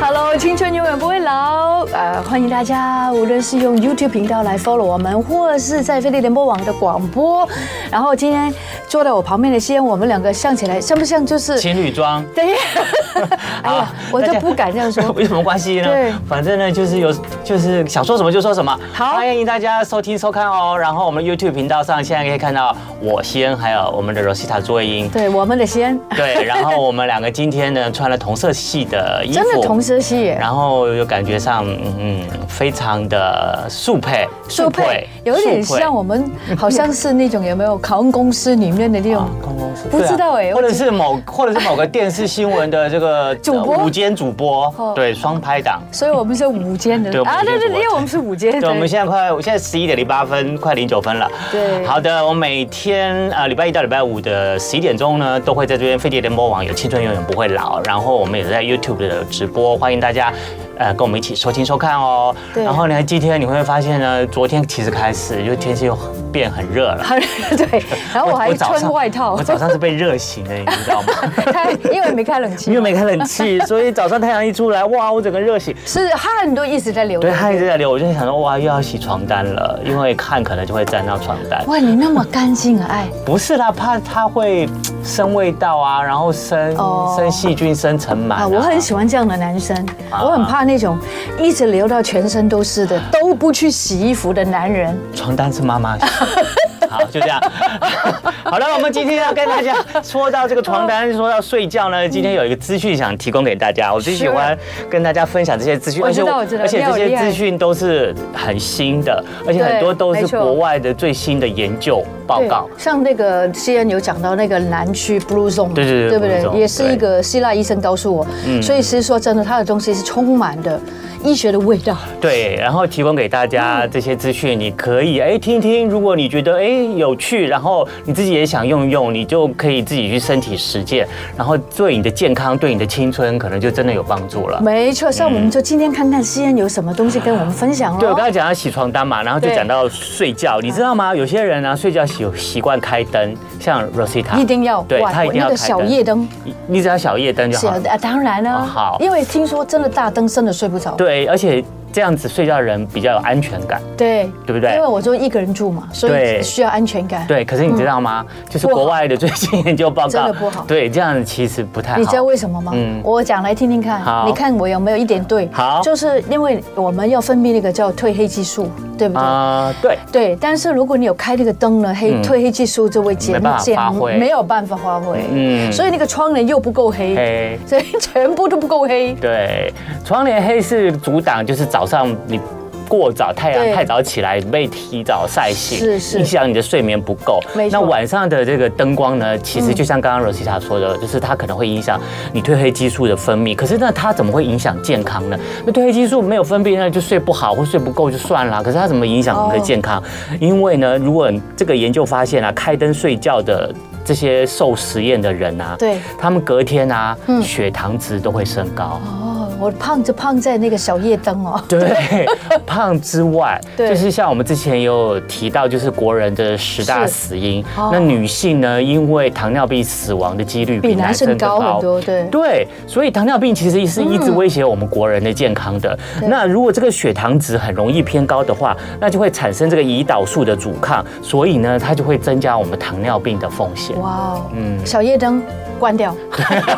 Hello，青春永远不会老。呃，欢迎大家，无论是用 YouTube 频道来 follow 我们，或是在飞碟联播网的广播。然后今天坐在我旁边的先，我们两个像起来像不像就是？ 情侣装。对，哎呀啊，我大都家不敢这样说。 有什么关系呢？对反正呢，就是有，就是想说什么就说什么。好欢迎大家收听收看哦。然后我们 YouTube 频道上现在可以看到我先还有我们的 Rosita 作音。对，我们的先对，然后我们两个今天呢穿了同色系的 衣服，真的同色系耶，然后又感觉上，嗯，非常的速配，速配有一点速配像我们，好像是那种有没有考公公司里面的那种啊，公公司不对啊知道哎或我者只是某，或者是某个电视新闻的这个主播呃午间主哦播，对，双拍档。所以我们是午间的对我们啊，午间对对，主对播因为我们是午间。 对，我们现在快，我现在十一点零八分，快零九分了。对好的，我每天呃礼拜一到礼拜五的十一点钟呢，都会在这边飞碟联播网有青春永远不会老，然后我们也在 YouTube 的直播，欢迎大家。呃，跟我们一起收听收看哦。对然后呢，今天你会发现呢，昨天其实开始就天气又变很热了。 对，然后我还早穿上外套 我，早上是被热醒的，你知道吗？太因为没开冷气 因为，没开冷气，所以早上太阳一出来，哇，我整个热 醒。是汗都一直在流。对，汗一直在流，我就想说，哇，又要洗床单了，因为汗可能就会沾到床单。哇，你那么干净啊，哎，不是啦，怕它会生味道啊，然后生、哦生细菌、生尘螨、啊，我很喜欢这样的男生，啊我很怕那种一直流到全身都是的，都不去洗衣服的男人。床单是 妈妈洗。好，就这样。 好了，我们今天要跟大家说到这个床单，说到睡觉嗯呢，今天有一个资讯想提供给大家，我最喜欢跟大家分享这些资讯，我知道而我知且道而且你好这厉些害资讯都是很新的，而且对很多都没是错国外的最新的研究报告。对像那个西安有讲到那个南区 Blue Zone，对对对对不 Blue Zone，对？也是对嗯一个希腊医生告诉我，所以其实说真的，他的东西是充满的医学的味道。对，然后提供给大家嗯这些资讯，你可以哎听听，如果你觉得哎有趣，然后你自己也想用一用，你就可以自己去身体实践，然后对你的健康、对你的青春，可能就真的有帮助了。没错，像我们就今天看看西安有什么东西跟我们分享哦嗯对，我刚喽。才讲到洗床单嘛，然后就对讲到睡觉，你知道吗？有些人呢、啊睡觉习习惯开灯，像 Rosita 一定要对哇他一定那要个开小灯夜灯，你你只要小夜灯就好小了。啊，当然啦、哦好因为听说真的大灯真的睡不着。对，而且这样子睡觉的人比较有安全感。对对不对因为我就一个人住嘛，所以对需要安全感。对，可是你知道吗？就是不好国外的最新研究报告，真的不好对，这样其实不太好。你知道为什么吗？嗯我讲来听听看，好你看我有没有一点对？好就是因为我们要分泌那个叫褪黑激素，对不对？啊，对，对，但是如果你有开那个灯呢，黑嗯褪黑激素就会减没办法减发，挥没有办法发挥。嗯所以那个窗帘又不够黑，黑，所以全部都不够黑。对，窗帘黑是阻挡，就是早上你。过早太对阳太早起来，被提早晒醒，是是影响你的睡眠不够没。错那晚上的这个灯光呢，其实就像刚刚 Rosita 说嗯的，就是它可能会影响你褪黑激素的分泌。可是那它怎么会影响健康呢？那褪黑激素没有分泌，那就睡不好或睡不够就算了。可是它怎么影响你哦的健康？因为呢，如果这个研究发现啊，开灯睡觉的这些受实验的人啊，对嗯他们隔天啊，血糖值都会升高。哦，我胖就胖在那个小夜灯 哦。对，胖之外， 对就是像我们之前也有提到，就是国人的十大是死因哦。那女性呢，因为糖尿病死亡的几率比比男男生生高高很多对对，所以糖尿病其实是一直威胁我们国人的健康的。那如果这个血糖值很容易偏高的话，那就会产生这个胰岛素的阻抗，所以呢，它就会增加我们糖尿病的风险。哇哦，嗯，小夜灯关掉。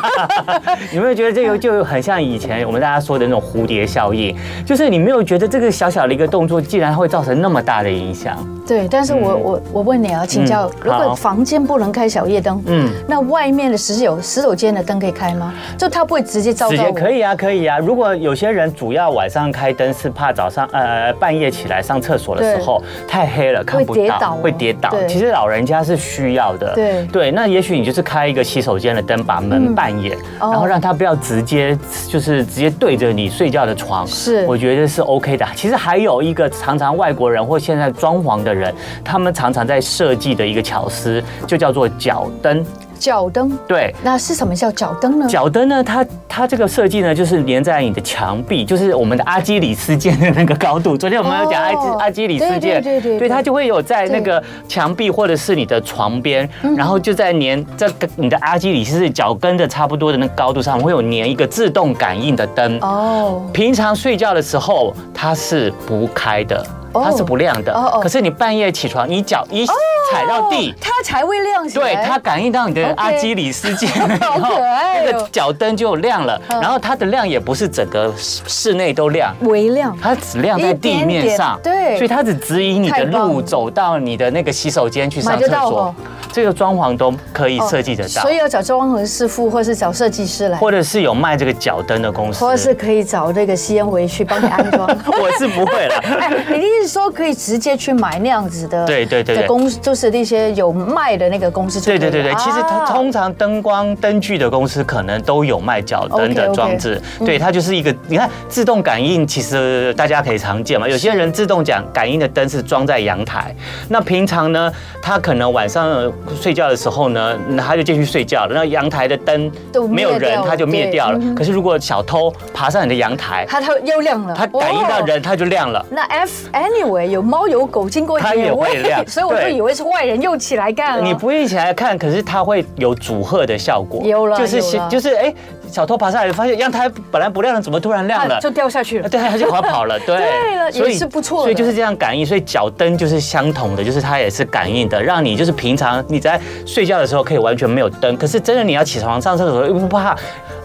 有没有觉得这个就很像以前我们大家说的那种蝴蝶效应？就是你没有觉得这个小小的一个动作，竟然会造成那么大的影响？对，但是我我我问你啊，请教，嗯如果好房间不能开小夜灯，嗯嗯，那外面的洗手洗手间的灯可以开吗？就它不会直接照直到接我？可以啊，可以啊。如果有些人主要晚上开灯是怕早上呃半夜起来上厕所的时候太黑了看不会跌到倒哦，会跌倒对。其实老人家是需要的。对对，那也许你就是开一个洗手间的灯，把门半掩，哦然后让它不要直接就是直接对着你睡觉的床。是我觉得是 OK 的。其实还有一个常常外国人或现在装潢的人，他们常常在设计的一个巧思，就叫做脚灯。脚灯，对，那是什么叫脚灯呢？脚灯呢，它它这个设计呢，就是连在你的墙壁，就是我们的阿基里斯腱的那个高度。昨天我们有讲阿基、哦阿基里斯腱，对对对对它就会有在那个墙壁或者是你的床边，嗯然后就在粘这个你的阿基里斯脚跟的差不多的那个高度上，会有粘一个自动感应的灯。哦，平常睡觉的时候它是不开的，哦它是不亮的。哦哦可是你半夜起床，你脚一踩到地哦，它才会亮起来。对，它感应到你的 OK 阿基里斯腱， 好然后可爱哦那个脚灯就亮了，嗯然后它的亮也不是整个室室内都亮。微亮。它只亮在地面上，一点点对所以它只指引你的太棒路了走到你的那个洗手间去买上得厕到所哦，这个装潢都可以设计得到所，以要找装潢师傅，或是找设计师来，或者是有卖这个脚灯的公司，或是可以找那个吸烟回去帮你安装。 我是不会了。哎，你的意思说可以直接去买那样子的？对对对对的公司就是那些有卖的那个公司就对了。对对对，其实它啊通常灯光灯具的公司可能都有卖脚灯 OK，OK，嗯的装置，对，它就是一个，你看自动感应，其实大家可以常见嘛，有些人自动感感应的灯是装在阳台，那平常呢，他可能晚上呃睡觉的时候呢，他就进去睡觉了，那阳台的灯都没有灭掉人，了他就灭对嗯掉了。可是如果小偷爬上你的阳台，它它又亮了，他感应到哦。人，他就亮了。那 F anyway 有猫有狗经过它也会亮 所以我就对以为是外人又起来干了。你不会一起来看，可是它会有阻吓的效果。有啦就是有啦就是哎、小偷爬上来发现阳台本来不亮了，怎么突然亮了呃啊？就掉下去了。对，他就跑跑了，对，对了也是不错的所以就是这样感应，所以脚灯就是相同的，就是它也是感应的，让你就是平常你在睡觉的时候可以完全没有灯，可是真的你要起床上厕所又不怕，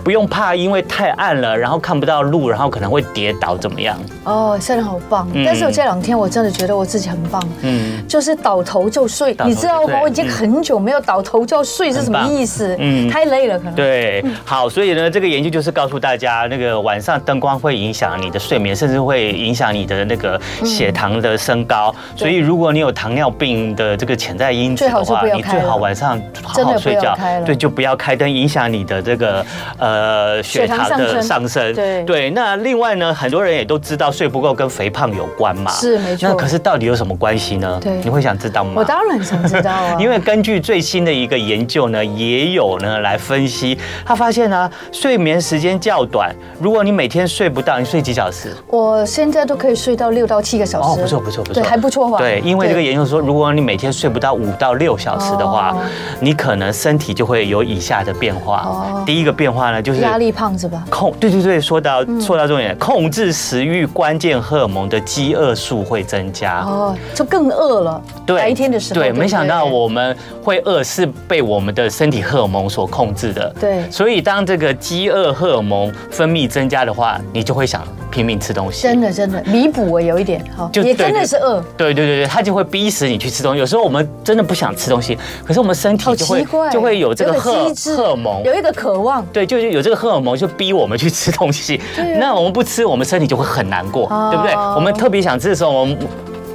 不用怕，因为太暗了，然后看不到路，然后可能会跌倒怎么样？哦，真的好棒！嗯但是我这两天我真的觉得我自己很棒，嗯就是倒头就睡，倒头你就睡知道吗？嗯我已经很久没有倒头就睡是什么很棒意思？嗯太累了可能。嗯对，好，所以呢，这个研究就是告诉大家，那个晚上灯光会影响你的睡眠，甚至会影响你的那个血糖的升高。所以，如果你有糖尿病的这个潜在因嗯子最好的是话不要，你开最好了晚上好真的好不睡要觉开了，对，就不要开灯，影响你的这个呃血血糖糖的上升上升。对对，那另外呢，很多人也都知道睡不够跟肥胖有关嘛，是没错那可是到底有什么关系呢？对你会想知道吗？我当然想知道啊， 因为为根据最新的一个研究呢，也有呢来分析，他发现呢、睡眠时间较短，如果你每天睡不到，你睡几小时？我现在都可以睡到六到七个小时，哦，不错不错不错，对，还不错吧？对，因为这个对研究说，如果你每天睡不到五到六小时的话哦，你可能身体就会有以下的变哦化。第一个变化呢，就是压力嗯胖子吧。控，对对对，说到说到重点，控制食欲关键荷尔蒙的饥饿素会增加。哦，就更饿了。对，白天的时候。对，不没想到我们会饿是被我们的身体荷尔蒙所控制的。对所以当这个饥饿荷尔蒙分泌增加的话，你就会想拼命吃东西。真的真的弥补我有一点哈，就也对真的对是饿。对对对对，它就会逼死你去吃东西。有时候我们真的不想吃东西，可是我们身好体就奇会怪，就会有这个有荷个机制荷尔蒙。有一个渴望。对，就是有这个荷尔蒙就逼我们去吃东西对啊，那我们不吃，我们身体就会很难过，哦对不对？我们特别想吃的时候，我们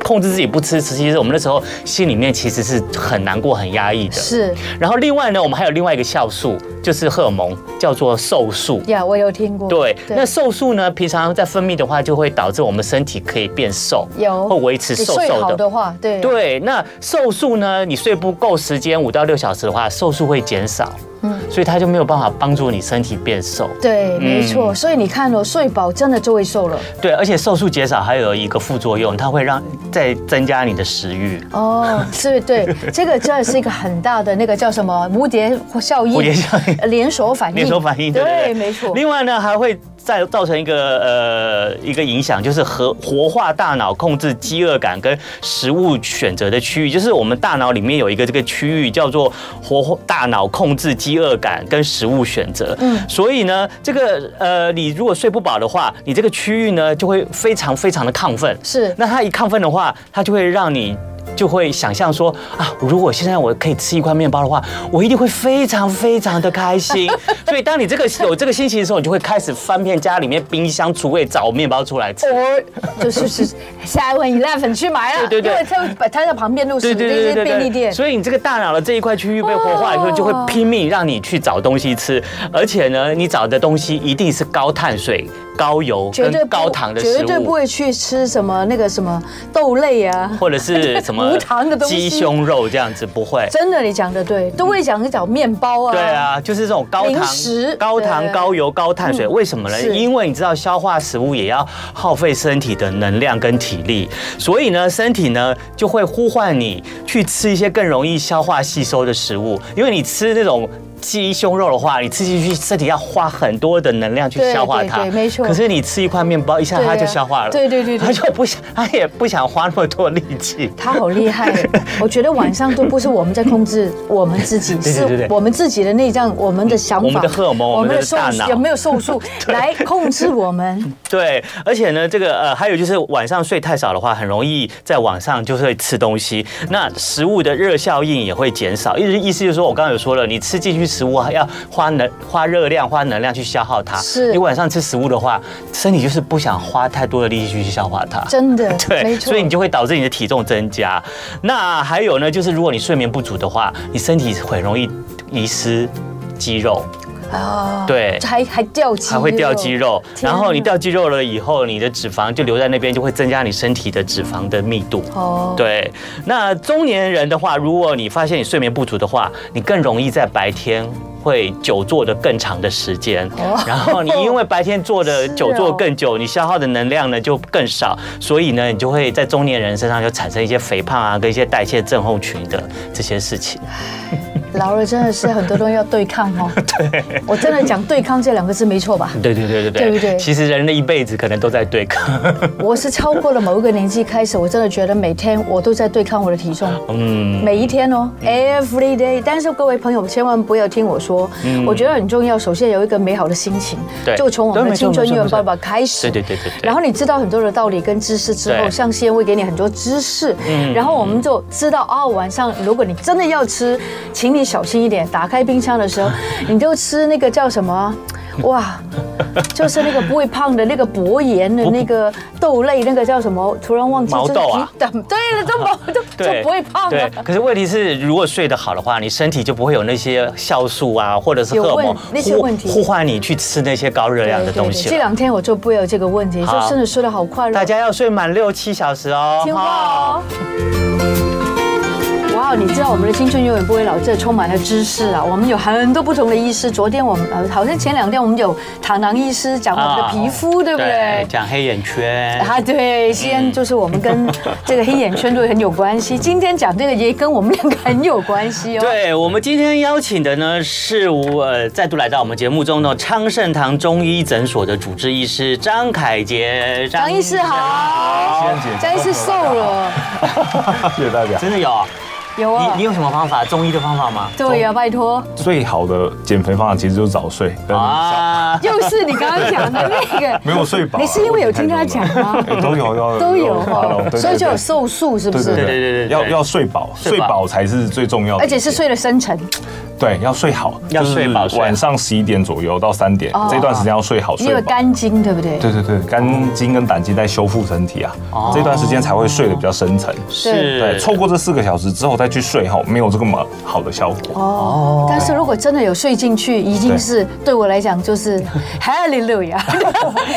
控制自己不吃，其实我们那时候心里面其实是很难过、很压抑的。是然后另外呢，我们还有另外一个酵素，就是荷尔蒙，叫做瘦素。呀，我有听过。对，那瘦素呢，平常在分泌的话，就会导致我们身体可以变瘦，有会维持你瘦睡瘦好的。的话，对。对，那瘦素呢？你睡不够时间五到六小时的话，瘦素会减少，嗯嗯，所以它就没有办法帮助你身体变瘦。对，没错，嗯所以你看哦，睡饱真的就会瘦了对，而且瘦素减少还有一个副作用，它会让再增加你的食欲。哦，是，对，这个真的是一个很大的那个叫什么蝴蝶效应，蝴蝶效应呃连锁反应，连锁反应，对不对，对？没错，另外呢，还会再造成一个呃一个影响，就是和活化大脑控制饥饿感跟食物选择的区域，就是我们大脑里面有一个这个区域叫做活化大脑控制饥饿感跟食物选择。嗯嗯，所以呢，这个呃，你如果睡不饱的话，你这个区域呢就会非常非常的亢奋。是那它一亢奋的话，它就会让你。就会想象说啊，如果现在我可以吃一块面包的话，我一定会非常非常的 开心。所以当你这个有这个心情的时候，你就会开始翻遍家里面冰箱、橱柜找面包出来吃。 or 就是是 Seven Eleven 去买了，对对对因为它把它在旁边路是那些便利店，所以你这个大脑的这一块区域被活化以后，哦就会拼命让你去找东西吃，而且呢，你找的东西一定是高碳水、高油绝对跟不高糖的绝食对不物，会去吃什么那个什么豆类啊。或者是什 么无糖的东西鸡胸肉这样子，不会。真的，你讲的对，都会讲讲面包啊。对，啊，就是这种高零糖食、高糖、对嗯高油、高碳水，为什么呢？是因为你知道消化食物也要耗费身体的能量跟体力，所以呢，身体呢就会呼唤你去吃一些更容易消化吸收的食物，因为你吃那种。鸡胸肉的话，你吃进去，身体要花很多的能量去对消化对它。对没错可是你吃一块面包，一下对啊它就消化了。对对对对它就不想，它也不想花那么多力气。他好厉害， 我觉得晚上都不是我们在控制 我们自己，对对对对是我们自己的内脏、我们的想法、我们的荷尔蒙我们的瘦大脑有没有瘦 素来控制我们？对，而且呢，这个呃，还有就是晚上睡太少的话，很容易在晚上就是会吃东西，那食物的热效应也会减少。意思意思就是说，我刚刚有说了，你吃进去食物啊要花能花热量、花能量去消耗它。是你晚上吃食物的话，身体就是不想花太多的力气去消化它。真的， 对，没错所以你就会导致你的体重增加。那还有呢，就是如果你睡眠不足的话，你身体很容易遗失肌肉。啊对还还掉肌，还会掉肌。肉，天然后你哪掉肌肉了以后，你的脂肪就留在那边，就会增加你身体的脂肪的密度。哦，对，那中年人的话，如果你发现你睡眠不足的话，你更容易在白天。会久坐的更长的时间，哦然后你因为白天坐的是哦久坐更久，你消耗的能量呢就更少，所以呢，你就会在中年人身上就产生一些肥胖啊，跟一些代谢症候群的这些事情。老了真的是很多东西要对抗 哦。对，我真的讲对抗这两个字没错吧？对对对对对，对不对其实人的一辈子可能都在对抗。我是超过了某一个年纪开始，我真的觉得每天我都在对抗我的体重。嗯，每一天哦，every day。但是各位朋友千万不要听我说，我觉得很重要。首先有一个美好的心情，嗯对就从我对们的没错青春没永错远没错爸爸开始。对对对对对然后你知道很多的道理跟知识之后，对嗯像西恩会给你很多知识，然后我们就知道哦，晚上如果你真的要吃，请你小心一点，打开冰箱的时 候，你就吃那个叫什么？啊哇，就是那个不会胖的那个薄盐的那个豆类，那个叫什么？突然忘记。毛豆啊就是皮？对了，都毛都就不会胖 对了。，可是问题是，如果睡得好的话，你身体就不会有那些酵素啊，或者是荷尔有蒙问那些问题呼唤你去吃那些高热量的东西这了。两天我就不会有这个问题，好就真的睡得好快乐。大家要睡满六七小时哦。听哈话哦。哇，你知道我们的青春永远不会老，这充满了知识啊！我们有很多不同的医师。昨天我们呃，好像前两天我们有糖囊医师讲我们的啊嗯皮肤，对不对？讲黑眼圈。啊，对，西安就是我们跟这个黑眼圈都很有关 系。今天讲这个也跟我们两个很有关系哦。对我们今天邀请的呢，是我呃再度来到我们节目中的昌盛堂中医诊所的主治医师张凯杰。张医师好先姐，张医师瘦了，谢谢大家。真的有？哦有啊你你，有什么方法？中医的方法吗？对呀，拜托。最好的减肥方法其实就是早睡跟少，啊，又是你刚刚讲的那个， 没有睡饱啊。你是因为有听他讲吗？哎都有 有都有发了哦，对所以就有对瘦素，是不对对对是？对对对对要要睡饱，睡睡饱饱才是最重要的。而且是睡得深沉，对，要睡好，要睡饱就是晚上十一点左右到三点哦这段时间要睡好因为睡有饱。肝经，对不对？对对对，肝经跟胆经在修复身体啊，哦这段时间才会睡得比较深层。对对，错过这四个小时之后再去睡哈，没有这么好的效果。哦，但是如果真的有睡进去，已经对是对我来讲就是 哈利路 亚，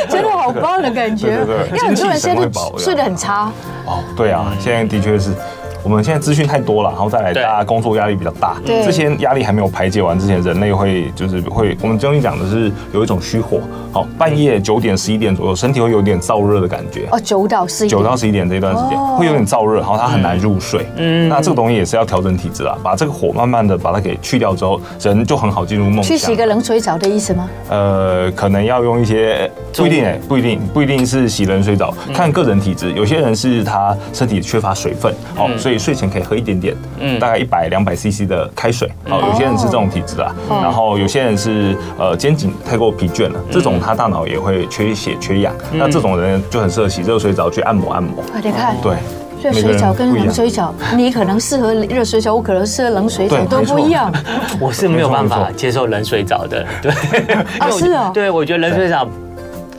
真的好棒的感觉。对对对因为很多人现在精气神会饱都睡得很差，哦，对啊，现在的确是。我们现在资讯太多了，然后再来对大家工作压力比较大，对这些压力还没有排解完之前，人类会就是会，我们中医讲的是有一种虚火，好、半夜九点十一点左右，身体会有点燥热的感觉，哦，九到十一九点，到十一点这段时间哦会有点燥热，然后它很难入睡，嗯，那这个东西也是要调整体质啊，把这个火慢慢的把它给去掉之后，人就很好进入梦去乡。洗个冷水澡的意思吗？呃，可能要用一些不一定哎、不一定不一定是洗冷水澡，看个人体质。有些人是他身体缺乏水分，哦，所以睡前可以喝一点点，嗯大概一百两百 CC 的开水。哦，有些人是这种体质啊，哦然后有些人是呃肩颈太过疲倦了，这种他大脑也会缺血缺氧，那这种人就很适合洗热水澡去按摩按摩。快点啊看，哦对，热每个水人澡跟不一样冷水澡，你可能适合热水澡，我可能适合冷水澡，对都不一样。我是没有办没法 错接受冷水澡的，对，因为我是哦对，我觉得冷水澡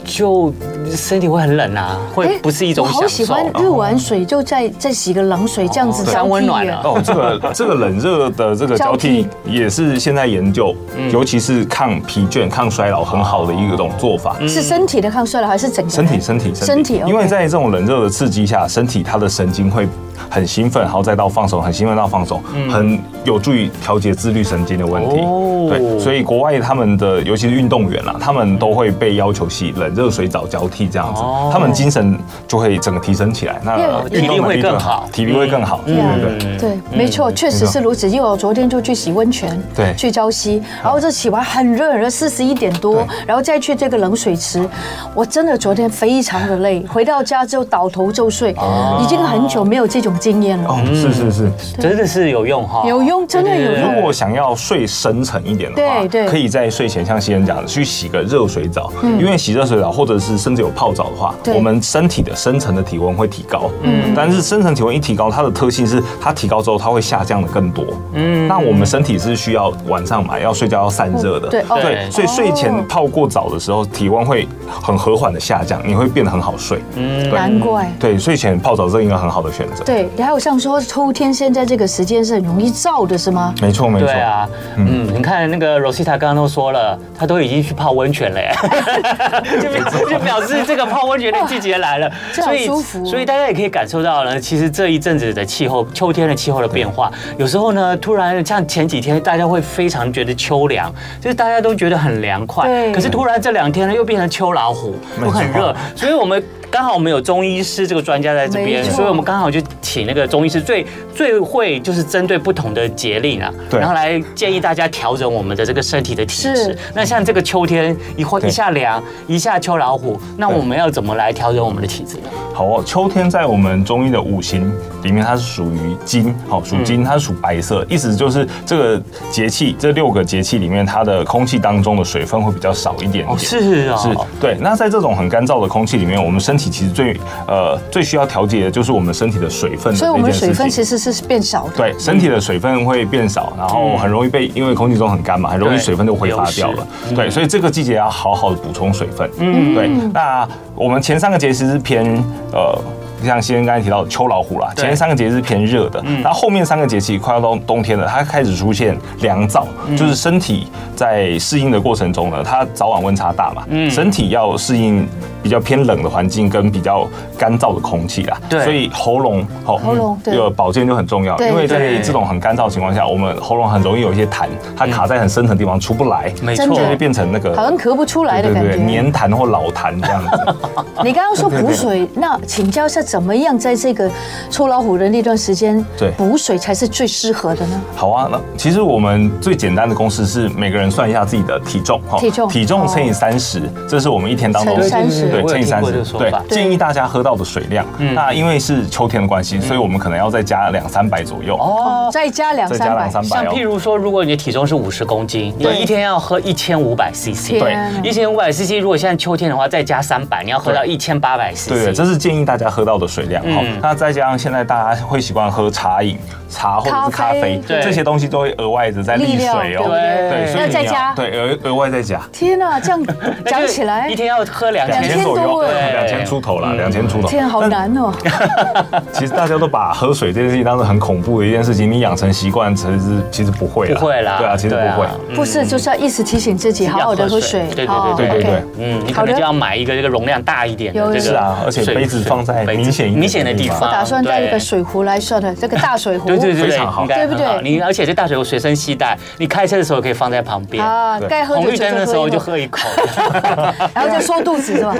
就身体会很冷啊，会 不是一种我好享喜受。哦欢热完水就再再洗个冷水这样子哦交三温替暖耶了哦，这个这个冷热的这个交替交也是现在研究，尤其是抗疲倦、抗衰老很好的一种做法。是身体的抗衰老还是整个嗯身体，身体，身体因为 OK 在这种冷热的刺激下，身体它的神经会很兴奋，然后再到放松，很兴奋到放松，很有助于调节自律神经的问题嗯哦。对，所以国外他们的，尤其是运动员啦，他们都会被要求洗冷热水澡交替这样子哦，他们精神就会整个提升起来，那对运动体力能会力就更好嗯体力会更好，对对对。对对，没错，确实是如此。因为我昨天就去洗温泉，嗯对去礁溪，然后这洗完很热很热，四十一点多对，然后再去这个冷水池，我真的昨天非常的累，回到家之后倒头就睡，已经很久没有这种经验了。啊哦，嗯是是是，真的是有用哈，有用，真的有对用。如果想要睡深沉一点的话，对对可以在睡前像西人讲的去洗个热水澡，因为洗热水澡或者是甚至有泡澡的话，对我们身体的深层的体温会提高。嗯，但是深层体温一提高，它的特性是它提高之后它会下降的更多。嗯，那我们身体是需要晚上嘛，要睡觉要散热的。对哦对，所以睡哦前泡过澡的时候，体温会很和缓的下降，你会变得很好睡。嗯，难怪对，睡前泡澡是一个很好的选择。对，还有像说秋天现在这个时间是很容易燥的，是吗？没错没错。对啊，嗯，你看那个 Rosita 刚刚都说了，她都已经去泡温泉 了耶，就表示就表示这个泡温泉的季节来了， 这好舒服所以大家也可以感受到呢，其实这一阵子的气候，秋天的气候的变化，有时候呢，突然像前几天大家会非常觉得秋凉，就是大家都觉得很凉快对，可是突然这两天呢又变成秋老虎，没又错很热，所以我们。刚好我们有中医师这个专家在这边，没错所以我们刚好就请那个中医师最最会就是针对不同的节令啊，对然后来建议大家调整我们的这个身体的体是质。那像这个秋天一会对一下凉，一下秋老虎，那对我们要怎么来调整我们的体质呢？好哦，秋天在我们中医的五行里面，它是属于金，好属嗯金，它是属白色，意思就是这个节气，这六个节气里面，它的空气当中的水分会比较少一点点。哦，是哦，是对，那在这种很干燥的空气里面，我们身体其实最呃最需要调节的就是我们身体的水分的所以我这们的嗯件事水分情其实是变少的。对，身体的水分会变少，然后很容易被因为空气中很干嘛，很容易对水分就挥发掉流了。对，所以这个季节要好好的补充水分。嗯，对。那我们前三个节其实是偏呃。像先刚才提到的秋老虎啦，对前三个节是偏热的，然后后面三个节气快要到冬天了，它开始出现凉燥，就是身体在适应的过程中呢，它早晚温差大嘛，身体要适应比较偏冷的环境跟比较干燥的空气啦，对所以喉咙哦，喉咙对有保健就很重要，对因为在对这种很干燥的情况下，我们喉咙很容易有一些痰，它卡在很深层的地方出不来，没真错就的。会变成那个好像咳不出来的对感对觉。对黏痰或老痰这样子。你刚刚说补水，那请教一下，怎么样在这个秋老虎的那段时间，对补水才是最适合的呢？好啊，那其实我们最简单的公式是每个人算一下自己的体重，哈体重体重乘以哦三十，这是我们一天当中乘以30对，我有乘以听三过这十个，说对法，对建议大家喝到的水量，那因为是秋天的关系，所以我们可能要再加两三百左右，哦。再加两再三加百两，三百像哦譬。如说，如果你的体重是五十公斤，你对一天要喝一千五百 CC，天啊一千五百 CC，如果现在秋天的话，再加三百，你要喝到一千八百 CC。对对，这是建议大家喝到的水量哈、嗯那再加上现在大家会习惯喝茶饮、茶或者是咖咖啡啡，对这些东西都会额外的在力沥量水啊对不哦。对对，所以那你再要加对额额外再加天啊，这样那就讲起来 一，天要喝两两千千2000左右，多对，哎两千出头啦，两千出头。天啊好难哦。但其实大家都把喝水这件事情当成很恐怖的一件事情，你养成习惯，其实其实不会啦，不会啦对啊，其实不对啊会。不是，就是要一直提醒自己好好的喝水。要哦喝水对对对对对 OK 嗯，你好可的能就要买一个这个容量大一点的有这个有是啊而且水杯子放在杯子明显一点的明显的地地方。方我打算在对一个水壶来算了，这个大水壶。对对对非对，常好应该对不对很好你而且这大水壶随身携带，你开车的时候可以放在旁边。啊，该喝红酒绿灯的时候就一口，喝一口，然后就缩肚子是吧？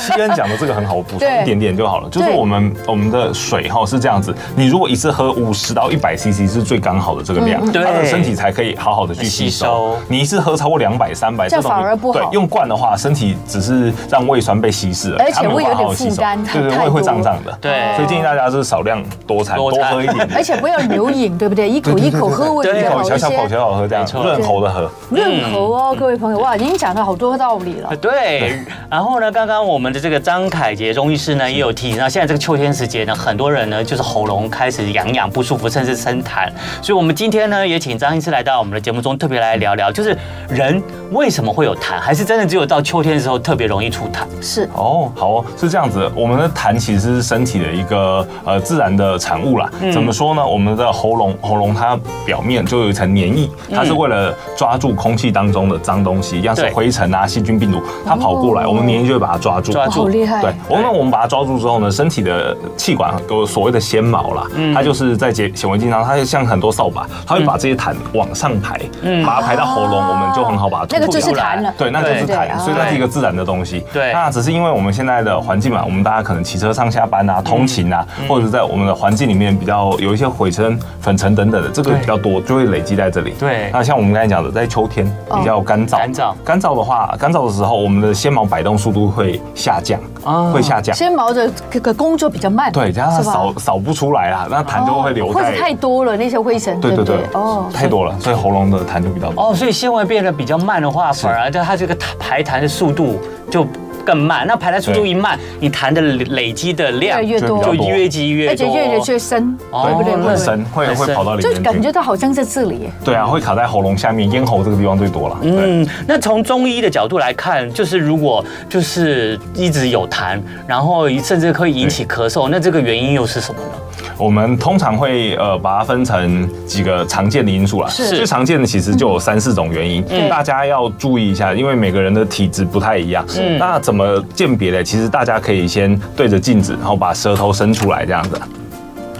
西恩讲的这个很好，我补充对一点点就好了。就是对我们我们的水哈是这样子，你如果一次喝五十到一百 CC 是最刚好的这个嗯量，对它的身体才可以好好的去吸吸收收。你一次喝超过两百、三百，这样种反而不好对，用惯的话，身体只是让胃酸被稀释了，而且它没会有办法好好点负吸收担对对，太会会胀胀的。对所以建议大家就是少量多餐，多多餐喝一点而且不要牛饮，对不对？一口一口喝，我觉一得口好小一小口小些。小喝这样没，错润喉的喝。润口嗯哦，各位朋友，哇，已经讲了好多道理了哎啊，。对，然后呢，刚刚我们的这个张凯杰中医师呢也有提，那现在这个秋天时节呢，很多人呢就是喉咙开始痒痒不舒服，甚至生痰，所以我们今天呢也请张医师来到我们的节目中，特别来聊聊，就是人为什么会有痰，还是真的只有到秋天的时候特别容易出痰？是哦，好哦，是这样子。我们的痰其实是身体的一个呃自然的产物啦。嗯怎么说呢？我们的喉咙，喉咙它表面就有一层黏液，嗯它是为了抓住空气当中的脏东西，像是对灰尘啊、细菌、病毒，它跑过来，哦我们黏液就会把它抓住。抓哇，住好厉对害。，我们我们把它抓住之后呢，身体的气管有所谓的纤毛啦，嗯它就是在解显微镜上，它就像很多扫把，它会把这些痰往上排，把它排到喉咙，啊我们就很好把它吐那个出就是来痰了对，那就是对对痰，所以它是一个自然的东西。对那只是因为我们现在的环境嘛，我们大家可能骑车上下班啊、通勤啊，或者是在我们的环境里面比较有一些灰尘、粉尘等等的，这个对比较多，就会累积在这里。对那像我们刚才讲的，在秋天比较干燥，干燥干燥的话，干燥的时候，我们的纤毛摆动速度会下降，啊会下降。纤毛的这个工作比较慢，对，加上它是吧扫扫不出来啊，那痰就会留或在者。太多了那些灰尘，对对对不对对？，哦，太多了，所以喉咙的痰就比较多。哦，所以纤维变得比较慢的话，反而就它这个痰排痰的速度就更慢。那排痰速度对一慢，你痰的累累积的量越来越多就越积越多，而且越来越深，哦对不对？会深，会很会深跑到里就感面去。觉到好像在这里耶，对啊，会卡在喉咙下面，咽喉这个地方最多了。对，嗯，那从中医的角度来看，就是如果就是一直有痰，然后甚至可以引起咳嗽，那这个原因又是什么呢？我们通常会呃把它分成几个常见的因素啦。是最常见的其实就有三四种原因，嗯大家要注意一下，因为每个人的体质不太一样。是那怎么鉴别呢？其实大家可以先对着镜子，然后把舌头伸出来这样子。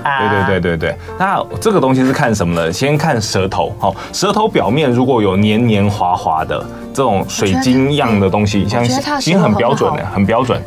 对啊对对，对对对，那这个东西是看什么呢？先看舌头，好、舌头表面如果有黏黏滑滑的这种水晶样的东西，像觉得它已舌经头很很标准好了，很标准。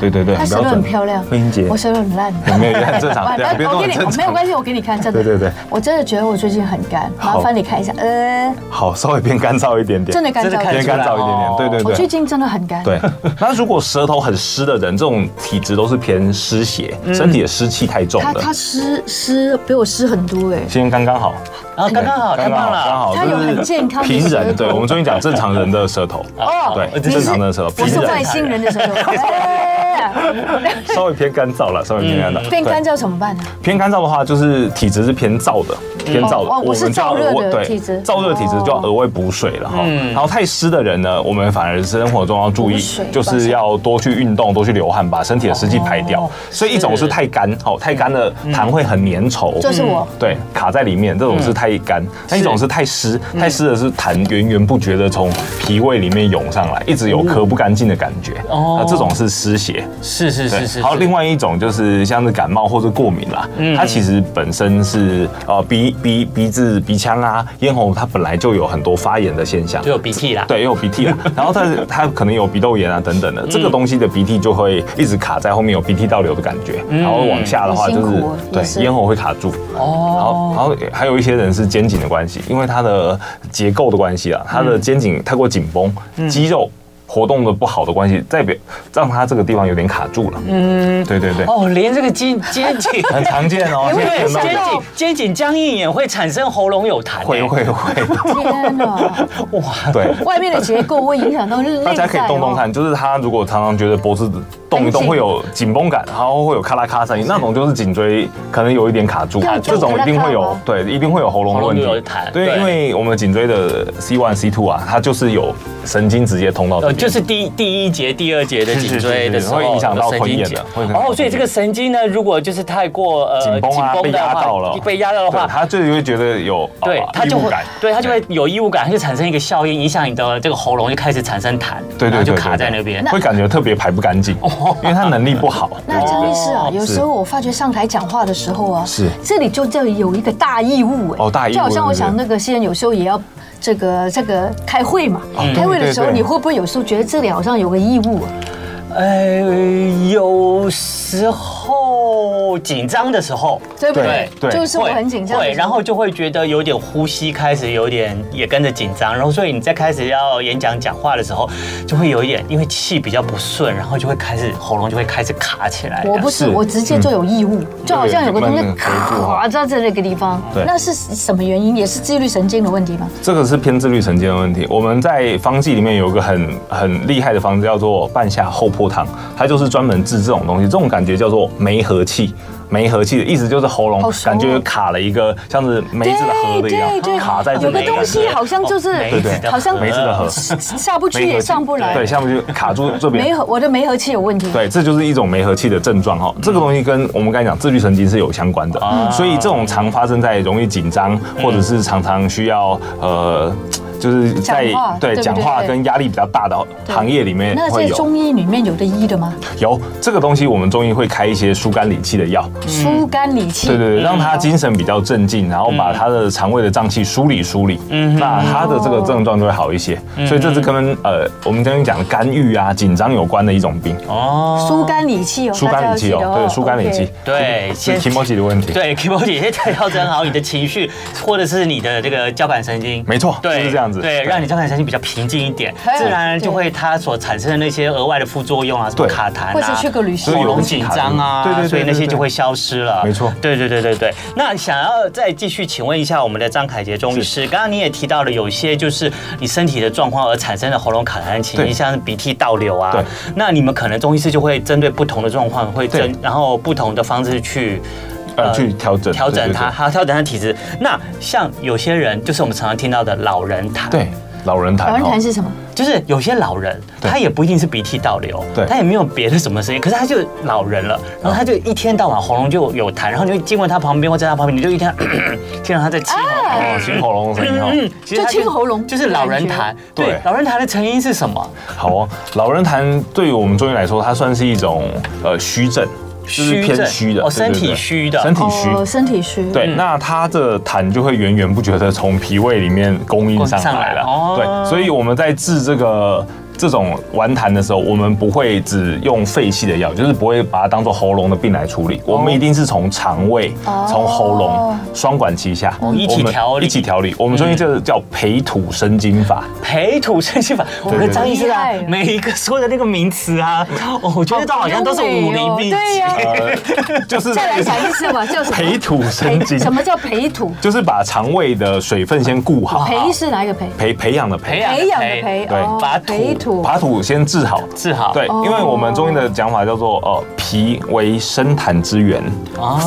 对对对，它很舌标头准。很漂亮，冰姐我舌头很烂。 没有，也很正常，哇两边我都给很你正没有常。关系，我给你看，真的。对对对我真的觉得我最近很干，好麻烦你看一下。呃，好，稍微偏干燥一点点，真的干真的燥看得偏一出点，干燥一点哦点。对对我对。最近真的很干。对，那如果舌头很湿的人，这种体质都是偏湿邪，身体的湿气太重它的。嗯它湿湿比我湿很多哎，今天刚刚好，然啊后刚刚好，太刚棒好，刚了。好，它有很健康的平舌人，头对我们最近讲正常人的舌头，哦对，你正常的舌头，我平是人外星人的舌头。哎 稍微偏干燥了，稍微偏干燥。变干对燥怎么办呢？啊偏干燥的话，就是体质是偏燥的，偏燥的。哦哦我是们就要燥热的额外对体质哦嗯燥热体质就要额外补水了哈。然后太湿的人呢，我们反而生活中要注补意水，就是要多去运动，多去流汗，把身体的湿气排掉哦。所以一种是太干，哦，太干的痰会很粘稠，嗯嗯就是我嗯对卡在里面，这种是太干；那一种是太湿，太湿的是痰源源不绝的从脾胃里面涌上来，一哦直有咳不干净的感觉。哦那这种是湿邪。是是对是嗯是。还有另外，外一种就是像是感冒或者过敏啦，它其实本身是呃鼻鼻鼻子鼻腔啊咽喉它本来就有很多发炎的现象就。有鼻涕啦。对，也有鼻涕 啦，然后它是它可能有鼻窦炎啊等等的，嗯这个东西的鼻涕就会一直卡在后面，有鼻涕倒流的感觉，嗯然后往下的话就很是辛苦也是对咽喉会卡住，然后，然哦，后还有一些人是肩颈的关系，因为它的结构的关系嗯啊，他的肩颈太过紧绷，肌肉活动的不好的关系，代表让他这个地方有点卡住了。嗯，对对对，哦，连这个 肩肩颈。很常见 哦，现在对，很多肩人颈肩颈僵硬也会产生喉咙有痰，欸会 会会，天哪，哇，对。外面的结构会影响到内在哦。大家可以动动看，就是他如果常常觉得脖子动一很动紧会有紧绷感，然后会有咔啦咔啦声音，那种就是颈椎可能有一点卡住对，这种一咔啦定会咔啦有吗对，一定会有喉咙的问题喉咙有痰。对对，因为我们颈椎的 C one C two 啊，它就是有神经直接通到这呃，边，就是第第一节、第二节的颈椎的时候，是是是是会影响神到经吞咽节的会影响到哦，所以这个神经呢，如果就是太过呃紧绷啊，被的压话到了，被压到的对话。他就会觉得有对啊，它就异物会感，对它就会有异物感，它就产生一个效应，影响你的这个喉咙，就开始产生痰，对对对然后就对卡对在对那边。哦会感觉特别排不干净，因为他能力不好。那对张医师啊，有哦是时候我发觉上台讲话的时候啊，是这里就这有一个大义务哎，哦大义务就好像我对对想那个现在有时候也要这个这个开会嘛，开会的时候嗯对对对你会不会有时候觉得这里好像有个义务啊？呃呃，有时候后紧张的时候，对不对？对对就是我很紧张的时候，会，然后就会觉得有点呼吸开始有点也跟着紧张，然后所以你在开始要演讲讲话的时候，就会有一点因为气比较不顺，然后就会开始喉咙就会开始卡起来。我不是，是嗯我直接就有异物，就好像有个东西对就慢慢地回复卡在这个地方，对那是什么原因？也是自律神经的问题吗？这个是偏自律神经的问题。我们在方剂里面有一个很很厉害的方子，叫做半夏厚朴汤，它就是专门治这种东西。这种感觉叫做梅核气。梅核气的意思就是喉咙好熟哦感觉卡了一个像是梅子的核的一样对对，卡在这有里个的感东觉。西好像就是哦梅子的核好像梅子的核下不去梅核也气上不来对，，下面就卡住这 边梅。核我的梅核气有问题。对，这就是一种梅核气的症状哈。嗯这个东西跟我们刚才讲自律神经是有相关的，啊嗯所以这种常发生在容易紧张，嗯或者是常常需要呃，就是在讲话对对不对讲话跟压力比较大的行业里面那会在有中医里面有的医的吗？有这个东西，我们中医会开一些疏肝理气的药，疏肝理气。嗯嗯对对对，让他精神比较镇静，然后把他的肠胃的胀气梳理梳理，嗯那他的哦这个症状就会好一些。所以这是跟呃我们刚刚讲的肝郁啊、紧张有关的一种病，哦疏肝理气哦，疏肝理气大家哦要，记得对，疏肝理气 OK，对，是 k i m o j i 的问题。对 k i m o j i 先调整好你的情绪，或者是你的这个交感神经，没错就是这样子对，对让你交感神经比较平静一点嘿，自然而然就对会它所产生的那些额外的副作用啊，什么对卡痰啊，或者去个旅行喉咙紧张啊，对对对对所以那些就对会消失了，没错对对对对对。那想要再继续请问一下我们的张凯杰中医师，刚刚你也提到了有一些就是你身体的状况而产生的喉咙卡痰情形，对像是鼻涕倒流啊对，那你们可能中医师就会针对不同的状况会针对，然后不同的方式去。呃去调整调整对对它，对还要调整它体质。那像有些人，就是我们常常听到的老人痰，对，老人老痰人哦痰，是什么？就是有些老人，对他也不一定是鼻涕倒流，对啊他也没有别的什么声音，可是他就老人了，然后他就一天到晚喉咙就有痰，然后你就经过他旁边或在他旁边，你就一天 听到他在清喉咙。哦，清喉咙的声音哦。其实他哎嗯就清喉咙就是老人的痰感。对对，老人痰的成因是什么？好哦，老人痰对于我们中医来说，它算是一种呃虚症，就是症偏虚的，哦，对身对体对虚的，身体虚。哦身体虚。对，那它的痰就会源源不绝的从脾胃里面供应上来了。供上来哦对，所以我们在治这个这种顽痰的时候，我们不会只用肺气的药，就是不会把它当做喉咙的病来处理，我们一定是从肠胃、哦从喉咙双管齐下，一起我们调理一起调理。我们中医这个叫培土生金法。培土生息法，我们的张医师啊厉害，哦每一个说的那个名词啊，哦我觉得都好像都是武林秘籍。哦对呀，呃，就是再来讲一次吧， 叫什么？培土生金培，什么叫培土？就是把肠胃的水分先顾好，培是哪一个培？培培养的啊培培。养哦培养的培培，对哦把土培土。把土先治好，哦治好。对，因为我们中医的讲法叫做呃，脾为生痰之源，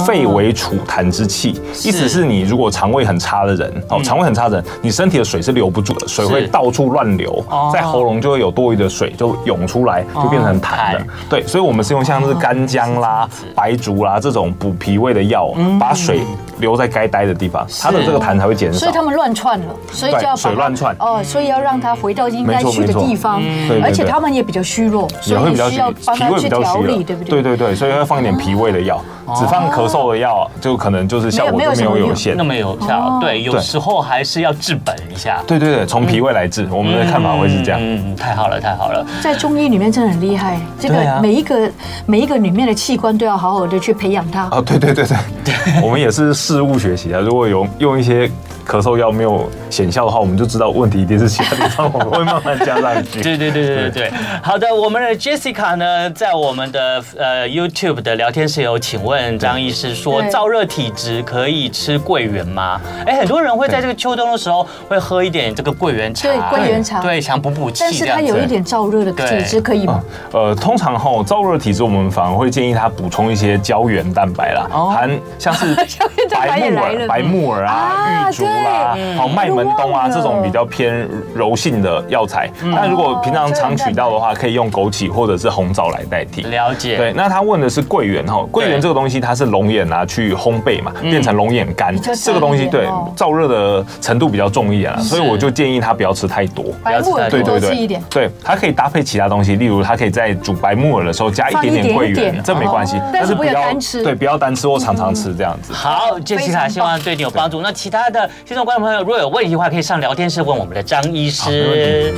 肺为储痰之器。意思啊是你如果肠胃很差的人，哦，肠胃很差的人，你身体的水是留不住的，水会到处乱流哦，在喉咙就会有多余的水就涌出来，就变成哦痰痰了。对，所以我们是用像是嗯干姜啦、白术啦这种补脾胃的药，把水留在该待的地方，它的这个痰才会减所少以。他们乱窜了，所以就对要把水它乱窜哦，所以要让它回到应该没错去的没错地方嗯对，对而且对他们也比较虚弱，所也会以比较你需虚要，帮脾他胃去比较调虚理，了，对不对对？对对，所以要放一点脾胃的药，只放咳嗽的药，就可能就是效果没有就没有什没么有用有限那。么有效哦，对，有对时候还是要治本一下。对对对，从脾胃来治，嗯我们的看法会是这样。嗯，嗯太好了，太好了。在中医里面真的很厉害，这对啊个每一个每一个里面的器官都要好好的去培养它。啊，对对对 对，我们也是事物学习啊。如果有用一些咳嗽药没有显效的话，我们就知道问题一定是其他地方，我们会慢慢加 上去。对对对对对对，嗯好的，我们的 Jessica 呢，在我们的呃 YouTube 的聊天室有请问张医师说，对燥热体质可以吃桂圆吗？哎，很多人会在这个秋冬的时候会喝一点这个桂圆茶，对桂圆茶对，想补补气但这是样它子。有一点燥热的体质，对可以吗？呃，通常吼燥热体质，我们反而会建议他补充一些胶原蛋白啦，哦含 像是胶原蛋白白也木来耳、了哦白木耳啊、啊玉竹啦对、嗯好麦门冬啊我都忘了嗯这种比较偏柔性的药材。那如果平常常取到的话，可以用枸杞或者是红枣来代替。了解，对，那他问的是桂圆哈，桂圆这个东西它是龙眼拿去烘焙嘛，变成龙眼干，嗯较淡这个东一西点对哦燥热的程度比较重一点啊，所以我就建议他不要吃太多。白木耳对多对吃对，一点。对，它可以搭配其他东西，例如它可以在煮白木耳的时候加一放一点点点桂点圆，这没哦关系，但是不要单吃嗯对，不要单吃或常常吃这样子。好，杰西卡，棒希望对你有帮助。那其他的听众观众朋友，如果有问题的话，可以上聊天室问我们的张医好没师。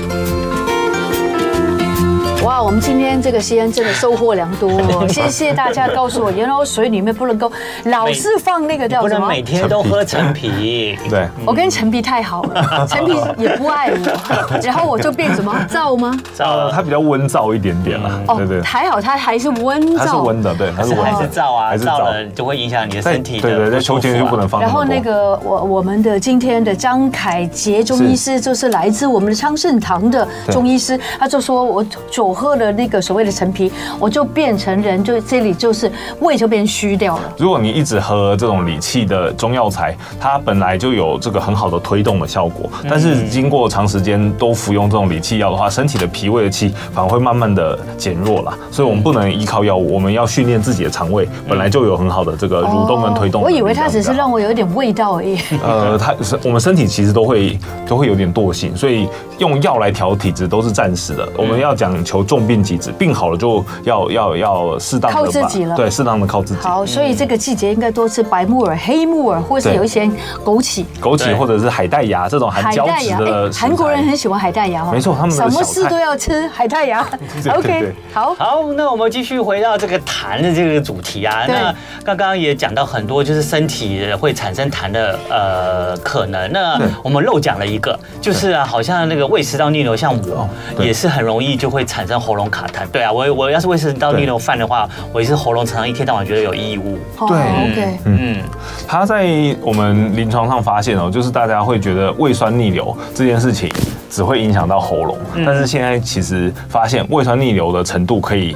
哇，我们今天这个西安真的收获良 多哦，谢谢大家告诉我，原来我水里面不能够老是放那个叫不什能么。每天都喝陈皮。对，我跟陈皮太好 了，陈皮也不爱我，然后我就变什么燥吗？呃，它比较温燥一点点啦，对对，还好哦它还是温它是燥。温的，对，它可是嗯是温还是的，燥啊，还是燥了燥。就会影响你的在身体对的舒服啊。对，在秋天就不能放然那么后多。那个我我们的今天的张凯杰中医师就是来自我们的昌盛堂的中医师，他就说我久喝了那个所谓的陈皮，我就变成人就这里就是胃就变虚掉了。如果你一直喝这种理气的中药材，它本来就有这个很好的推动的效果，嗯但是经过长时间都服用这种理气药的话，身体的脾胃的气反而会慢慢的减弱啦。所以我们不能依靠药物，我们要训练自己的肠嗯胃，本来就有很好的这个呃蠕动跟推动哦的我力量。以为它只是让我有一点味道 而已。呃，它是我们身体其实都会都会有点惰性，所以用药来调体质都是暂时嗯的。我们要讲求重病体质，病好了就要要要适当的靠自己了对，适当的靠自己。好，所以这个季节应该多吃白木耳、黑木耳，或是对有一些枸杞、枸对杞或者是海带芽这种含海胶带质芽。哎的食材，韩国人很喜欢海带芽哦。没错他们的什么小事菜。都要吃海带芽 对对 OK，对好。好，那我们继续回到这个痰的这个主题啊。对那刚刚也讲到很多，就是身体会产生痰的呃可能。那我们漏讲了一个，就是啊，好像那个胃食道逆流，像我对也是很容易就会产生喉咙卡痰。对啊，我我要是胃食道逆流犯的话，我也是喉咙常常一天到晚觉得有异物。哦对 OK，嗯，他在我们临床上发现哦，就是大家会觉得胃酸逆流这件事情只会影响到喉咙，嗯但是现在其实发现胃酸逆流的程度可以。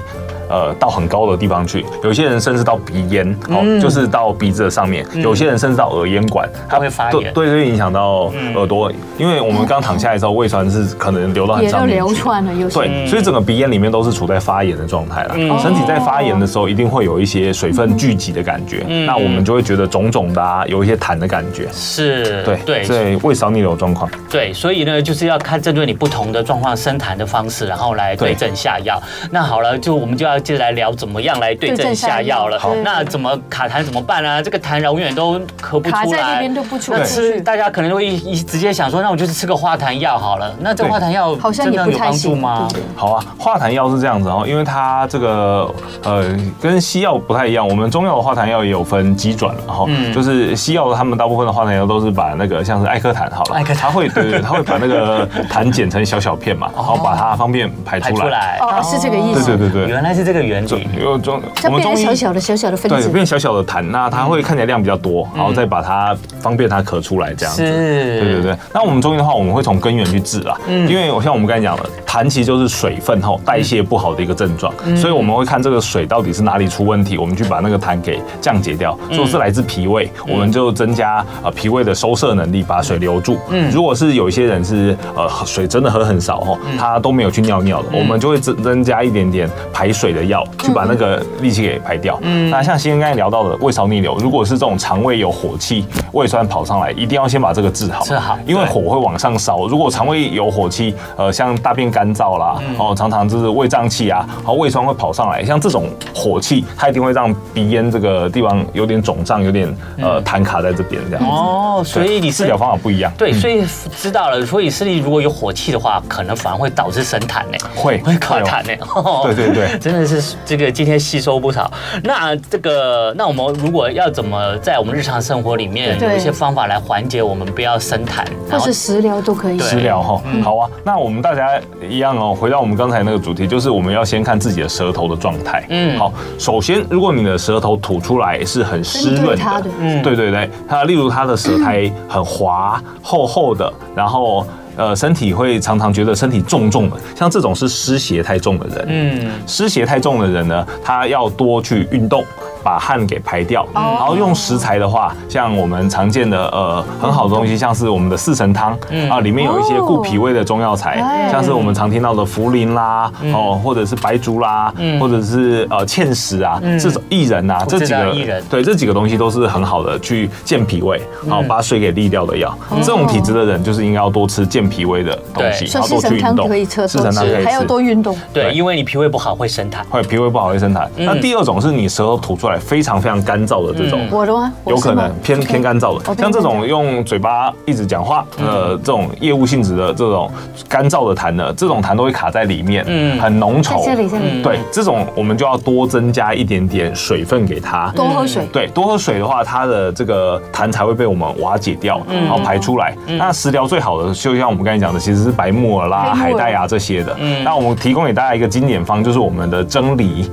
呃，到很高的地方去，有些人甚至到鼻咽，哦，就是到鼻子的上面；有些人甚至到耳咽管，嗯它会发炎嗯对，对，会影响到耳朵。因为我们刚躺下来的时候，胃酸是可能流到很也上就面去，流窜了，有些对，嗯所以整个鼻咽里面都是处在发炎的状态啦。身体在发炎的时候，一定会有一些水分聚集的感觉，那我们就会觉得肿肿的啊，有一些痰的感觉。嗯是，对对，所以胃少逆流状况。对，所以呢，就是要看针对你不同的状况生痰的方式，然后来对对症下药。那好了，就我们就要接着来聊怎么样来对症下药了。对症下药好那怎么卡痰怎么办啊？这个痰永远都咳不出来，卡在那边都不出那不吃去大家可能会一一直接想说，那我就是吃个化痰药好了。那这个对化痰药好像真也的不有太帮助行。吗？对好啊，化痰药是这样子哦，因为它这个呃跟西药不太一样，我们中药的化痰药也有分机转了哈，嗯就是西药他们大部分的化痰药都是把那个像是艾克痰好了，艾克痰它会对对，对它会把那个痰剪成小小 片嘛，然后把它方便排哦排出出来。来。哦，是这个意对对思。对对，原来是这个原理。因为中它变成小小的小小的分对，子，变小小的痰，那它会看起来量比较多，然后再把它方便它咳出来这样子。是，对对对，那我们中医的话，我们会从根源去治啦，因为我像我们刚才讲了，痰其实就是水分吼代谢不好的一个症状，所以我们会看这个水到底是哪里出问题，我们去把那个痰给降解掉。如果是来自脾胃，我们就增加呃脾胃的收摄能力，把水留住。如果是有一些人是呃水真的喝很少吼，他都没有去尿尿的，我们就会增增加一点点排水的药，去把那个戾气给排掉。那像先刚才聊到的胃烧逆流，如果是这种肠胃有火气、胃酸跑上来，一定要先把这个治好。治好因为对火会往上烧。如果肠胃有火气，呃，像大便干燥啦，嗯哦，常常就是胃胀气啊，然后胃酸会跑上来，像这种火气，它一定会让鼻咽这个地方有点肿胀，有点呃痰卡在这边这样子。嗯哦，所以你治是疗方法不一样，嗯对，所以知道了。所以视力如果有火气的话，可能反而会导致生痰呢，哎会会卡痰 哦呢。对对对真的是这个今天吸收不少。那这个，那我们如果要怎么在我们日常生活里面对有一些方法来缓解我们不要生痰，或然后是食疗都可以。对食疗哈，嗯好啊。那我们大家一样哦，回到我们刚才那个主题，就是我们要先看自己的舌头的状态。嗯嗯，好，首先，如果你的舌头吐出来是很湿针对润它的的，嗯，对对对，它例如它的舌苔很滑、厚厚的，然后。呃，身体会常常觉得身体重重的，像这种是湿邪太重的人，嗯，湿邪太重的人呢，他要多去运动，把汗给排掉。哦然后用食材的话，像我们常见的呃很好的东西，嗯像是我们的四神汤啊，里面有一些固脾胃的中药材哎，嗯像是我们常听到的茯苓啦，哦，或者是白术啦，或者是呃芡实啊，嗯这种薏仁啊，这知几道个薏仁对这几个东西都是很好的去健脾胃，嗯好把水给利掉的药。哦这种体质的人就是应该要多吃健脾胃的东西，所然以四后多去神运汤动。可以吃，四神汤可以吃，还要多运动。对，对因为你脾胃不好会生痰。会脾胃不好会生痰。那第二种是你舌头吐出来来非常非常干燥的这种，嗯我的吗？我有是可吗能偏 OK 偏干燥哦的，偏像这干燥种用嘴巴一直讲话，呃，这种业务性质的这种干燥的痰呢，这种痰都会卡在里面，嗯很浓在稠。这里，这里对，这种我们就要多增加一点点水分给它。多喝水。对，多喝水的话，它的这个痰才会被我们瓦解掉，嗯然后排出来。那食疗最好的，就像我们刚才讲的，其实是白木耳啦、黑海木耳带啊这些的嗯。那我们提供给大家一个经典方，就是我们的蒸梨，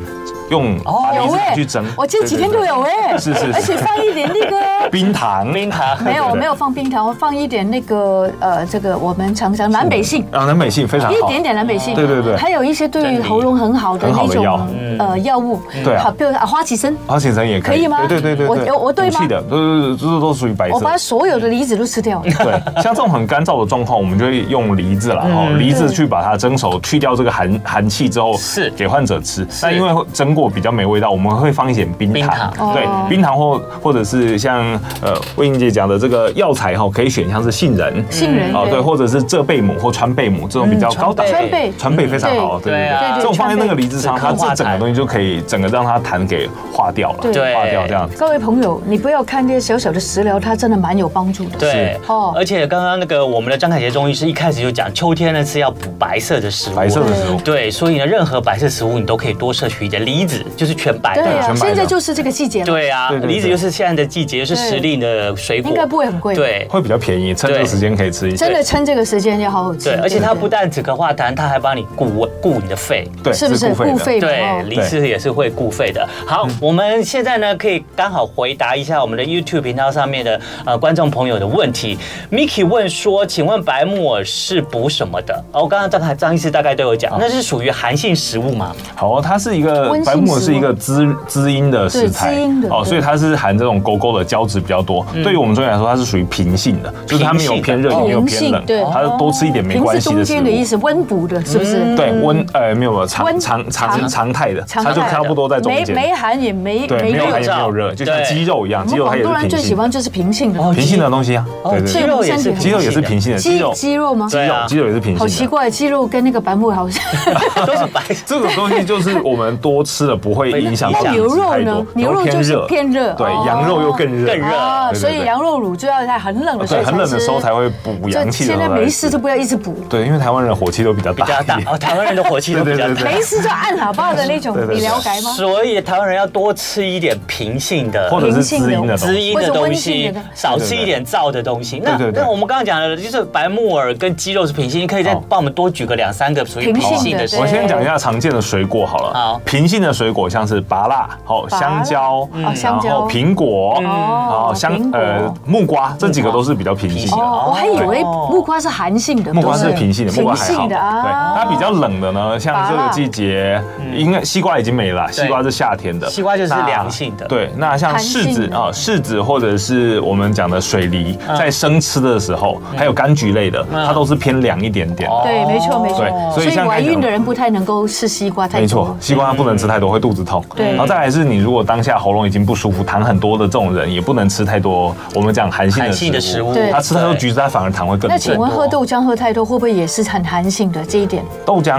用把梨有子哎去蒸。我这几天对就对对有哎，是是是而且放一点那 个。冰糖，冰糖没有，对我没有放冰糖，我放一点那个呃，这个我们常常南北杏，啊，南美杏非常一好。点点南北杏，对对对还有一些对于真理喉咙很好的很好那的药种呃药物，对啊好，比如啊花旗参，花旗参也可以可以吗对对对我对对，有我对吗补气的，对对对，这都属于白色我。把所有的梨子都吃掉，对，像这种很干燥的状况，我们就会用梨子啦，嗯哦，梨子去把它蒸熟，去掉这个寒寒气之后，是给患者吃。那因为会蒸过比较没味道，我们会放一点冰冰糖糖，对哦，冰糖或或者是像呃魏英姐讲的这个药材哈，可以选像是杏仁，杏仁哦对，或者是浙贝母或川贝母这种比较高档川川贝的。贝川贝非常好，对对对对对对，对这种放在那个梨子上，它川贝这整个东西就可以整个让它痰给化掉了，对化掉这样子。各位朋友，你不要看这些小小的食疗，它真的蛮有帮助的。 对，哦而且刚刚那个我们的张凯杰中医师一开始就讲，秋天呢是要补白色的食物，白色的食物，对，所以呢，任何白色食物你都可以多摄取一点，梨子就是全白对的。啊，全白的现在就是这个季节了，对啊对，对对梨子就是现在的季节，是时令的水果，应该不会很贵对会比较便宜，趁这个对时间可以吃一下真。的趁这个时间要好好吃。对，而且它对不但止可化痰，它还帮你固固你的肺。对，是不是固固肺肺的的对，哦？离世也是会固肺的。好，嗯我们现在呢可以刚好回答一下我们的 YouTube 频道上面的呃观众朋友的问题。Miki 问说：“请问白木耳是补什么的？”哦，刚刚张凯张医师大概都有哦讲，那是属于寒性食物嘛？好，哦它是一个温性白木耳食是物一个滋滋阴的食材对滋阴的哦，对所以它是含这种勾勾的胶质比较多。对于我们中医来说，它是属于平性的，就是它没有偏热嗯平性的也没有哦平偏性冷对，哦它多吃一点没平关时系的中食物间。的意思，温补的，是不是？对温呃没有没有温常常常常常态的，常它就态的差不多在中没间。没寒也没对，没有热寒也没有热，就像对鸡肉一样，我鸡们肉广它也东是人平最喜性欢的，就是平性的哦，平性的东西啊。哦对鸡对肉也是对对，鸡肉也是平性的，鸡鸡肉鸡肉吗？鸡对肉啊鸡肉也是平性的。好奇怪，鸡肉跟那个白木耳 好像。 都是白色。这种东西就是我们多吃了不会影响那体质牛肉太多呢牛肉就是偏热对哦，羊肉又更热，更热啊，对对对所以羊肉乳就要在很冷的时候才对，吃，很冷的时候才会补阳就气的时现候才在吃。没事就不要一直补，对，因为台湾人火气都比较比较大一大点，哦，台湾人的火气都比较 对对大对，没事就按喇叭的那种对，对对你了解吗？所以台湾人要多吃一点平性的，或者是滋阴的东滋西。阴的东或者温性西的，少吃一点燥的东西。那对对对那我们刚刚讲的就是白木耳跟鸡肉是平性，你可以再好帮我们多举个两三个属于平平性的性的对食我物。先讲一下常见的水果好了，好平性的水果像是芭辣、好芭乐香蕉，哦香然蕉后苹果，哦好香苹果呃木瓜，这几个都是比较平性的。哦，我还以为哦木瓜是寒性的，木瓜不是平性的，木瓜还平好。性对，的啊，它比较冷的呢，像这芭个乐季节，应嗯该西瓜已经没了，西瓜是夏天的，西瓜就是那凉性的对，那像寒性柿子的啊，柿子或者是我们讲的水梨，嗯在生吃的时候，还有柑橘类的，它都是偏凉一点点哦的。对，没错没错对，所以所以像怀刚才孕讲的人不太能够吃西瓜太多，没错，西瓜不能吃太多，会肚子痛。对然后再来是你如果当下喉咙已经不舒服、痰很多的这种人，也不能吃太多。我们讲寒性的寒性的食食物物，对他吃太多橘子，他反而痰会更那多。请问喝豆浆喝太多会不会也是很寒性嗯的这一点？豆浆，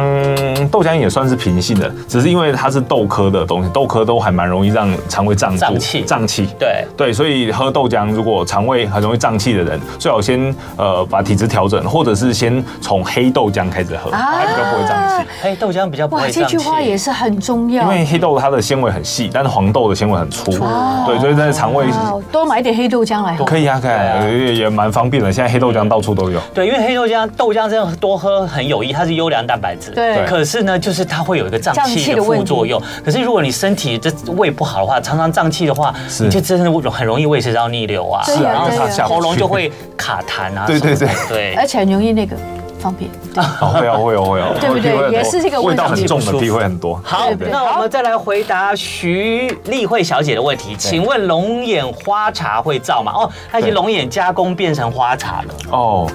豆浆也算是平性的，只是因为它是豆科的东西，豆科都还蛮容易让肠胃胀住胀气胀气。对对，所以喝豆浆，如果肠胃很容易胀气的人，最好先呃把体质调整，或者是先从黑豆浆开始喝，啊它比较不会胀气。哎，豆浆比较不哇，会这胀句话也气。是很重因要。为黑豆它的纤维很细，但是黄豆的纤维很粗，对，所以在肠胃哇，多买点黑豆浆来喝。可以啊，可以啊对啊也也蛮方便的。现在黑豆浆到处都有，对，因为黑豆浆，豆浆这样多喝很有益，它是优良蛋白质。对可是呢，就是它会有一个胀胀气气的的问副题作用。可是如果你身体这胃不好的话，常常胀气的话，是你就真的很容易胃食道逆流啊，对啊然后对啊它喉咙就会卡痰啊什对么的。对对对而且很容易那个放屁。 哦会哦会哦会哦，对不对体会很多也是这个味道问题很重的不舒服体会很多。好对，对那我们再来回答徐丽慧小姐的问题，请问龙眼花茶会燥吗？哦，它已经对龙眼加工变成花茶了，哦，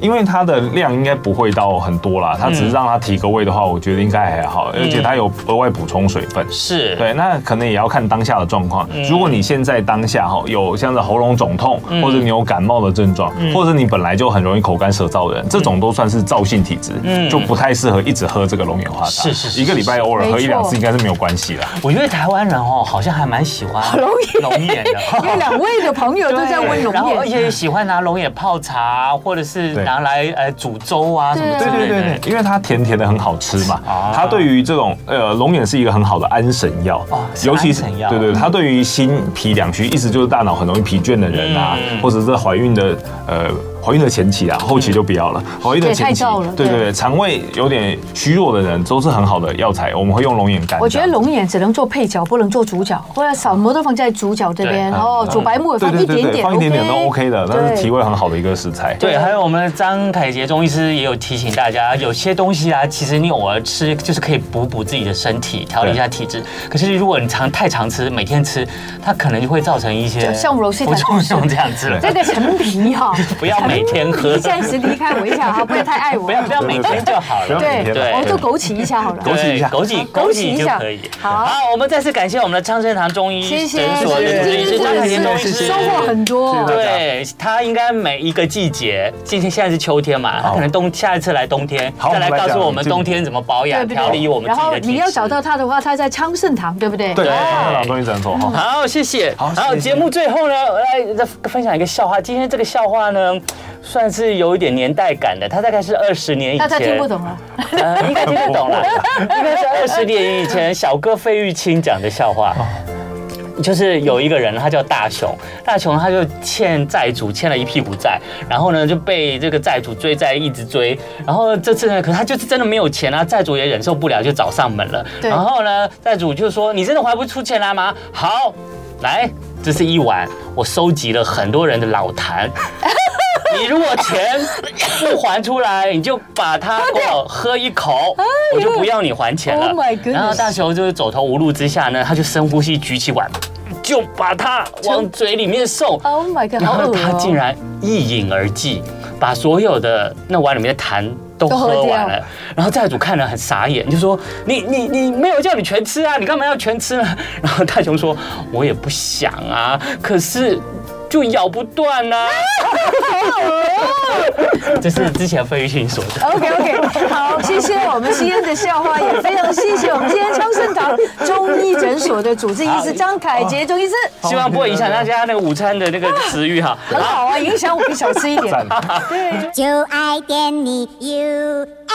因为它的量应该不会到很多嗯啦，它只是让它提个味的话，我觉得应该还好，而且它有额外补充水分。是，对，那可能也要看当下的状况。嗯如果你现在当下哈有像是喉咙肿痛，或者你有感冒的症状，嗯或者你本来就很容易口干舌燥的人，这种都算是燥性体质，就不太适合一直喝这个龙眼花茶。嗯是是是一个礼拜偶尔没喝错一两次应该是没有关系啦。我觉得台湾人哦，好像还蛮喜欢龙眼龙眼的， 因为两位的朋友都在温龙然后而哎眼，且喜欢拿龙眼泡茶，或者是对拿来呃煮粥啊什么之对啊类的。对对对，因为它甜甜的很好吃嘛啊，它对于这种呃龙眼是一个很好的安神药哦，是安神药对对，它对于心脾两虚，意思就是大脑很容易疲倦的人啊，嗯或者是怀孕的呃。怀孕的前期啊，后期就不要了。怀孕的前期对太燥了，对对对对，肠胃有点虚弱的人都是很好的药材，我们会用龙眼干这样。我觉得龙眼只能做配角，不能做主角，或者什么都放在主角这边，对然后煮白木耳对放一对对点对，点，放一点点都 OK 的，那是对体味很好的一个食材。对，还有我们的张凯杰中医师也有提醒大家，有些东西啊，其实你偶尔吃就是可以补补自己的身体，调理一下体质。可是如果你常太常吃，每天吃，它可能就会造成一些就像我是副作用这样子了。这个陈皮哈， 不要每天喝你暂时离开我一下哈，不要太爱我。不要不要每天嗯就好不要了。每天对对，我做哦枸杞一下好了。枸杞一下对枸杞枸枸杞杞就一下可以。好我们再次感谢我们的昌盛堂中医谢谢，诊所的中医师张凯杰中医师，收获很多。对他应该每一个季节，今天现在是秋天嘛，他可能冬下一次来冬天，好再来我们来告诉讲我们这冬天怎么保对养、不调理对？我们然自己后的体质。你要找到他的话，他在昌盛堂，对不对？对，香港中医诊所哈。好，谢谢。好然后谢谢节目最后呢，我来再分享一个笑话。今天这个笑话呢，算是有一点年代感的，它大概是二十年以大前。家听不懂了，啊呃，应该听得懂了，应该是二十年以前小哥费玉清讲的笑话。就是有一个人，他叫大雄，大雄他就欠债主欠了一屁股债，然后呢就被这个债主追债，一直追，然后这次呢，可他就是真的没有钱啊，债主也忍受不了，就找上门了。对然后呢，债主就说：“你真的还不出钱来吗？”好，来，这是一碗，我收集了很多人的老痰，你如果钱不还出来，你就把啊它给我喝一口，我就不要你还钱了哎 Oh my。goodness 然后大雄就是走投无路之下呢，他就深呼吸，举起碗，就把它往嘴里面送。 Oh my god！然好后恶他哦竟然一饮而尽，把所有的那碗里面的痰都都喝喝完掉了。然后债主看了很傻眼，就说：“你你你没有叫你全吃啊，你干嘛要全吃呢？” 然后大雄说：“我也不想啊，可是就咬不断啊。” 这是之前费玉清说的。 OK OK，好，谢谢我们西安的笑话，也非常谢谢我们今天昌盛堂中医诊所的主治医师张凯杰中医师，希望不会影响大家那个午餐的那个食欲哈。很好啊，影响我们少吃一点。赞对。就爱点你 UFO。